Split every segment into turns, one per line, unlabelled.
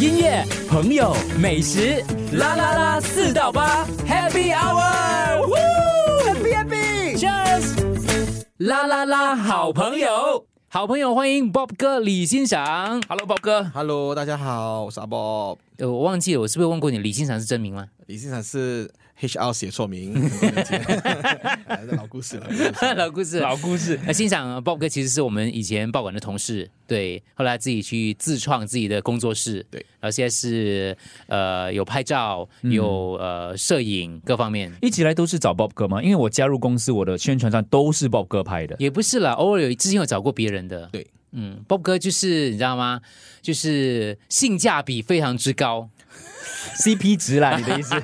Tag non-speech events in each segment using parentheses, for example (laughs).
音乐、朋友、美食，啦啦啦，四到八，Happy Hour，Happy Happy，Cheers，啦啦啦，好朋友，好朋友，欢迎 Bob 哥李欣赏。Hello Bob 哥，
Hello，大家好，我是阿 Bob。
呃，我忘记了，我是不是问过你李欣赏是真名
(laughs)
吗？
李欣赏是 HR 写错名，很多年
(laughs)
前哎这老故事了。
老故事，
老故
(laughs)
事。
那欣赏呃 Bob 哥其实是我们以前报馆的同事，对，后来自己去自创自己的工作室，
对，
然后现在是呃有拍照，
嗯
有、呃摄影各方面，
一直以来都是找 Bob 哥吗？因为我加入公司，我的宣传上都是 Bob 哥拍的。
也不是啦，偶尔有之前有找过别人的，
对，
嗯，Bob 哥就是你知道吗？就是性价比非常之
(laughs)
高，
CP 值啦，你的意思？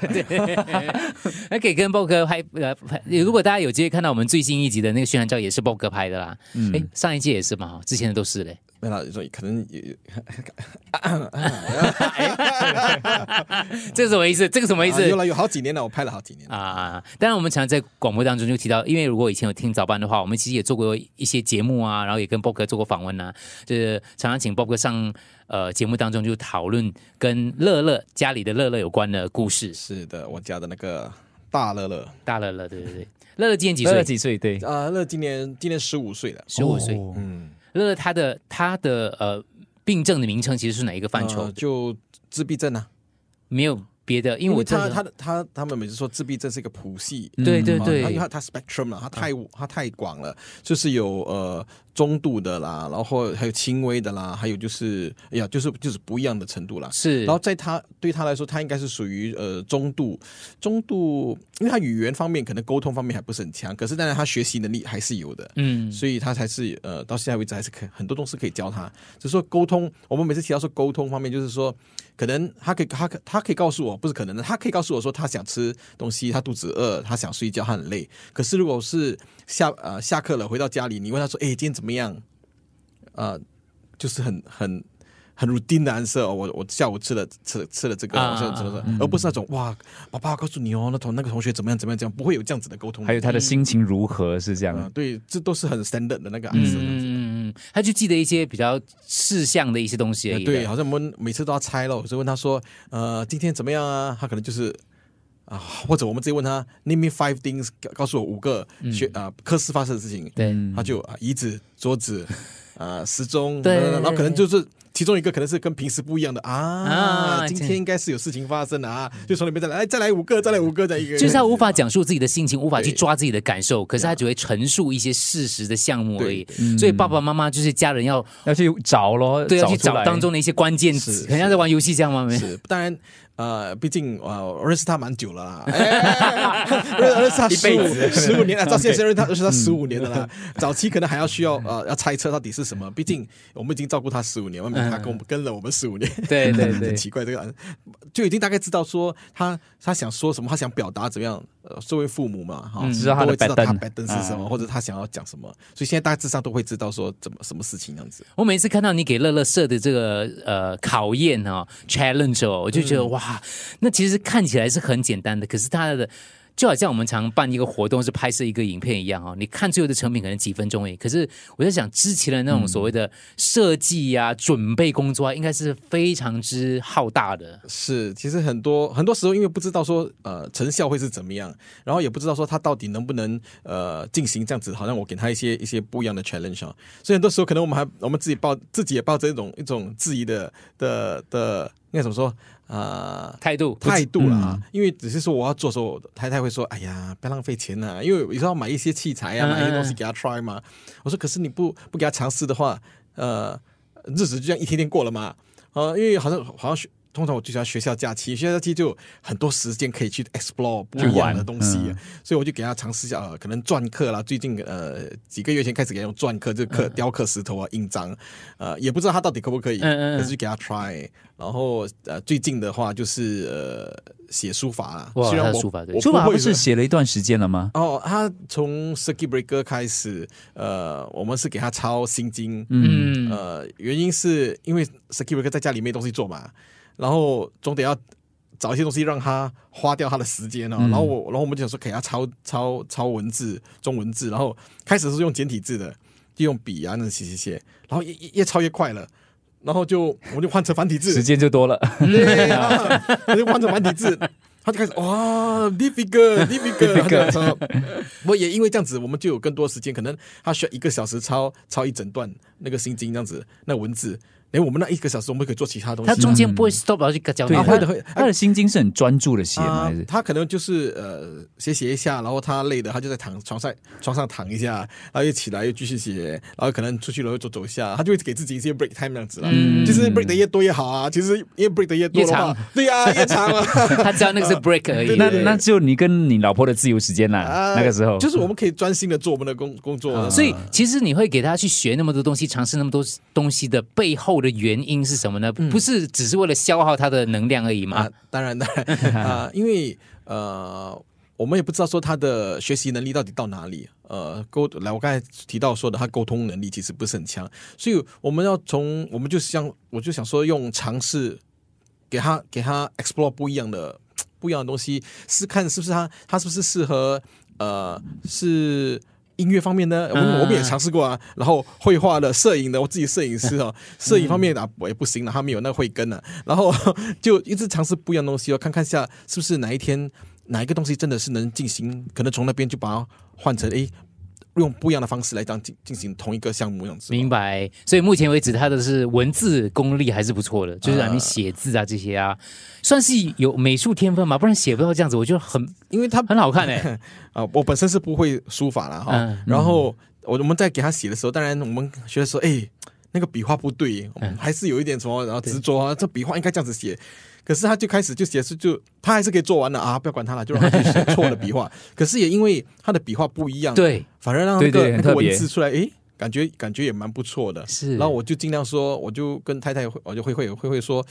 还可以跟 Bob 哥拍呃拍。如果大家有机会看到我们最新一集的那个宣传照，也是 Bob 哥拍的啦，
嗯
哎、上一季也是嘛，之前的都是嘞。
没有啦，所以可能也
这个什么意思？这个什么意思？
啊有了有好几年了，我拍了好几年了。
啊，当然我们常在广播当中就提到，因为如果以前有听早班的话，我们其实也做过一些节目啊，然后也跟 Bob 哥做过访问啊，就是常常请 Bob 哥上呃节目当中就讨论跟乐乐家里的乐乐有关的故事。
是的，我家的那个大乐乐，
大乐乐，对对
(laughs)
对，乐乐今 (laughs) 年几
二
岁
十？几岁，对，
啊，乐今年今年十五岁了，
十五岁。
哦
嗯，
乐乐他的他的呃病症的名称其实是哪一个范畴
呃？就自闭症啊，
没有别的，因
因
为我
为
真
他
的
他的他他们每次说自闭症是一个谱系，
对对
啊因为
对啊
它它 spectrum 了，它太它太广了，就是有呃中度的啦，然后还有轻微的啦，还有就是哎呀，就是就是不一样的程度啦。
是
然后在他对他来说，他应该是属于呃中度，中度，因为他语言方面可能沟通方面还不是很强，可是当然他学习能力还是有的，
嗯
所以他才是呃到现在为止还是可很多东西可以教他，只是说沟通，我们每次提到说沟通方面，就是说可能他可以他可他可以告诉我，不是可能的，他可以告诉我说他想吃东西，他肚子饿，他想睡觉，他很累。可是如果是下呃下课了回到家里，你问他说，哎，今天怎么样？呃，就是很很。很 routine 的 answer，哦我我下午吃了吃了吃了这个，
啊
我现在怎么怎么，而不是那种哇，爸爸告诉你哦，那同那个同学怎么样怎么样怎么样，不会有这样子的沟通。
还有他的心情如何是这样。
嗯，对，这都是很 standard 的那个
嗯
answer
嗯
的。
嗯嗯，他就记得一些比较事项的一些东西而已。啊
呃对，，好像我们每次都要猜咯，我就问他说，呃，今天怎么样啊？他可能就是啊，或者我们直接问他，name me five things，告告诉我五个学啊、科室发生的事情。
嗯对
他就啊，椅子、桌子、 (laughs) 啊、时钟，
对
然后可能就是其中一个可能是跟平时不一样的啊
啊，
今
这
天应该是有事情发生的啊，就从里面再来，哎，再来五个，再来五个，再一个，
就是他
一个
无法讲述自己的心情，无法去
对
抓自己的感受，可是他只会陈述一些事实的项目而已
对。
所以爸爸妈妈就是家人要
要去找咯，
对要去
出来
找当中的一些关键
是
词，
是
很像在玩游戏这样吗？
是，当然，呃，毕竟呃，我认识他蛮久了啦，哎，认认识他十五十五年啊了，到现在认识他认识他十五年的啦。早期可能还要需要呃要猜测到底是什么，毕竟我们已经照顾他十五年，外面他跟我们跟了我们十五年，
对对对
(laughs) 很奇怪这个，就已经大概知道说他他想说什么，他想表达怎么样。呃，作为父母嘛，哈、
知道他的
都会知道
pattern
他 pattern 是什么，或者他想要讲什么，所以现在大致上都会知道说怎么什么事情这样子。
我每次看到你给乐乐设的这个呃考验哦 challenge 哦，我就
嗯
觉得、哇，那其实看起来是很简单的，可是他的。就好像我们常办一个活动，是拍摄一个影片一样哦。你看最后的成品可能几分钟而已，可是我在想，之前的那种所谓的设计呀、准备工作啊，应该是非常之浩大的。
是，其实很多很多时候，因为不知道说呃成效会是怎么样，然后也不知道说他到底能不能呃进行这样子，好像我给他一些一些不一样的 challenge 啊，所以很多时候可能我们还我们自己抱自己也抱着一种一种质疑的的的应该怎么说啊？呃
态度，
态度啦、
嗯
啊，因为只是说我要做的时候，我太太会说：“哎呀，不要浪费钱呐、因为有时候要买一些器材啊，
嗯
买一些东西给他 try 嘛。”我说：“可是你不不给他尝试的话，呃，日子就这样一天天过了嘛。”呃，因为好像好像学通常我就喜欢学校假期，学校假期就有很多时间可以去 explore 不一样的东西、啊
嗯
去玩
所以我就给他尝试一下，呃，可能篆刻啦，最近呃几个月前开始给他用篆刻，就刻雕刻石头啊、印章，呃，也不知道他到底可不可以，
嗯嗯嗯嗯
可是就给他 try。然后呃，最近的话就是呃写书法啦，
哇
虽然
他
我
书法对
我
书
不
法
会
不是写了一段时间了吗？
哦，他从 Circuit Breaker 开始，呃，我们是给他抄《心经》，
嗯，
呃，原因是因为 Circuit Breaker 在家里没东西做嘛，然后总得要找一些东西让他花掉他的时间哦。然后我，然后我们就想说给他抄抄抄文字，中文字，然后开始是用简体字的，就用笔啊那写写写，然后越越越抄越快了。然后就我们就换成繁体字
嗯
时，间就多了。
对啊，他就换成繁体字，他就开始哇，difficult difficult，他就抄。不过也因为这样子，我们就有更多时间，可能他需要一个小时抄抄一整段那个心经这样子，那文字。哎，我们那一个小时，我们可以做其他东西。
他中间不会 stop 然后就教你
对，
啊
看。
会的会的
他的心经是很专注的写吗？
啊
还是，
他可能就是呃写写一下，然后他累的，他就在躺床上床上躺一下，然后又起来又继续写，然后可能出去了又走走一下，他就会给自己一些 break time 那样子啦。
嗯
其实 break 的越多越好啊，其实因为 break 的越多的
越
话，对呀、越长啊。
他知道那个是 break 而已。
那
(laughs) 对
那就你跟你老婆的自由时间啦
啊，，
那个时候啊
就是我们可以专心的做我们的工工作、
所以其实你会给他去学那么多东西，尝试那么多东西的背后的原因是什么呢？不是只是为了消耗他的能量而已
嗯啊
吗？，
当然当然啊，因为呃，我们也不知道说他的学习能力到底到哪里。呃，沟来，我刚才提到说的，他沟通能力其实不是很强，所以我们要从，我们就想，我就想说，用尝试给他给他 explore 不一样的不一样的东西，是看是不是他他是不是适合呃是。音乐方面呢，我们
嗯
我们也尝试过啊，然后绘画的、摄影的， (laughs) 我自己摄影师哦，摄影方面啊我也不行了，他没有那个慧根了、然后就一直尝试不一样的东西哦，看看下是不是哪一天哪一个东西真的是能进行，可能从那边就把它换成诶，用不一样的方式来当进进行同一个项目这样子。
明白。所以目前为止，他的是文字功力还是不错的，就是
啊
你写字啊这些啊，算是有美术天分嘛，不然写不到这样子，我觉得很
因为他
很好看哎、
(laughs)
欸。
啊，我本身是不会书法啦哈，
嗯
然后我我们在给他写的时候，当然我们学的时候，哎，那个笔画不对，我
嗯
们还是有一点什么，然后执着啊，这笔画应该这样子写。可是他就开始就写是就他还是可以做完了啊，不要管他了，就让他去写错了笔
(laughs)
画。可是也因为他的笔画不一样，，
对，
反而让那
对
个
对很
那个
特别
文字出来，哎，感觉感觉也蛮不错的。
是。
然后我就尽量说，我就跟太太，我就会会会会说，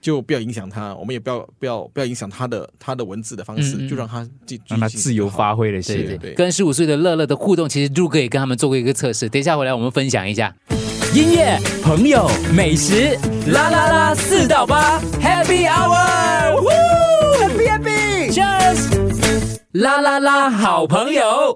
就不要影响他，我们也不要不要不要影响他的他的文字的方式，
嗯嗯
就让他自
让他自由。发挥的
对
写
对。
对
跟十五岁的乐乐的互动，其实 Ru 哥也跟他们做过一个测试。等一下回来我们分享一下。
音乐、朋友、美食，啦啦啦，四到八，Happy Hour，Happy Happy，Cheers，啦啦啦，好朋友。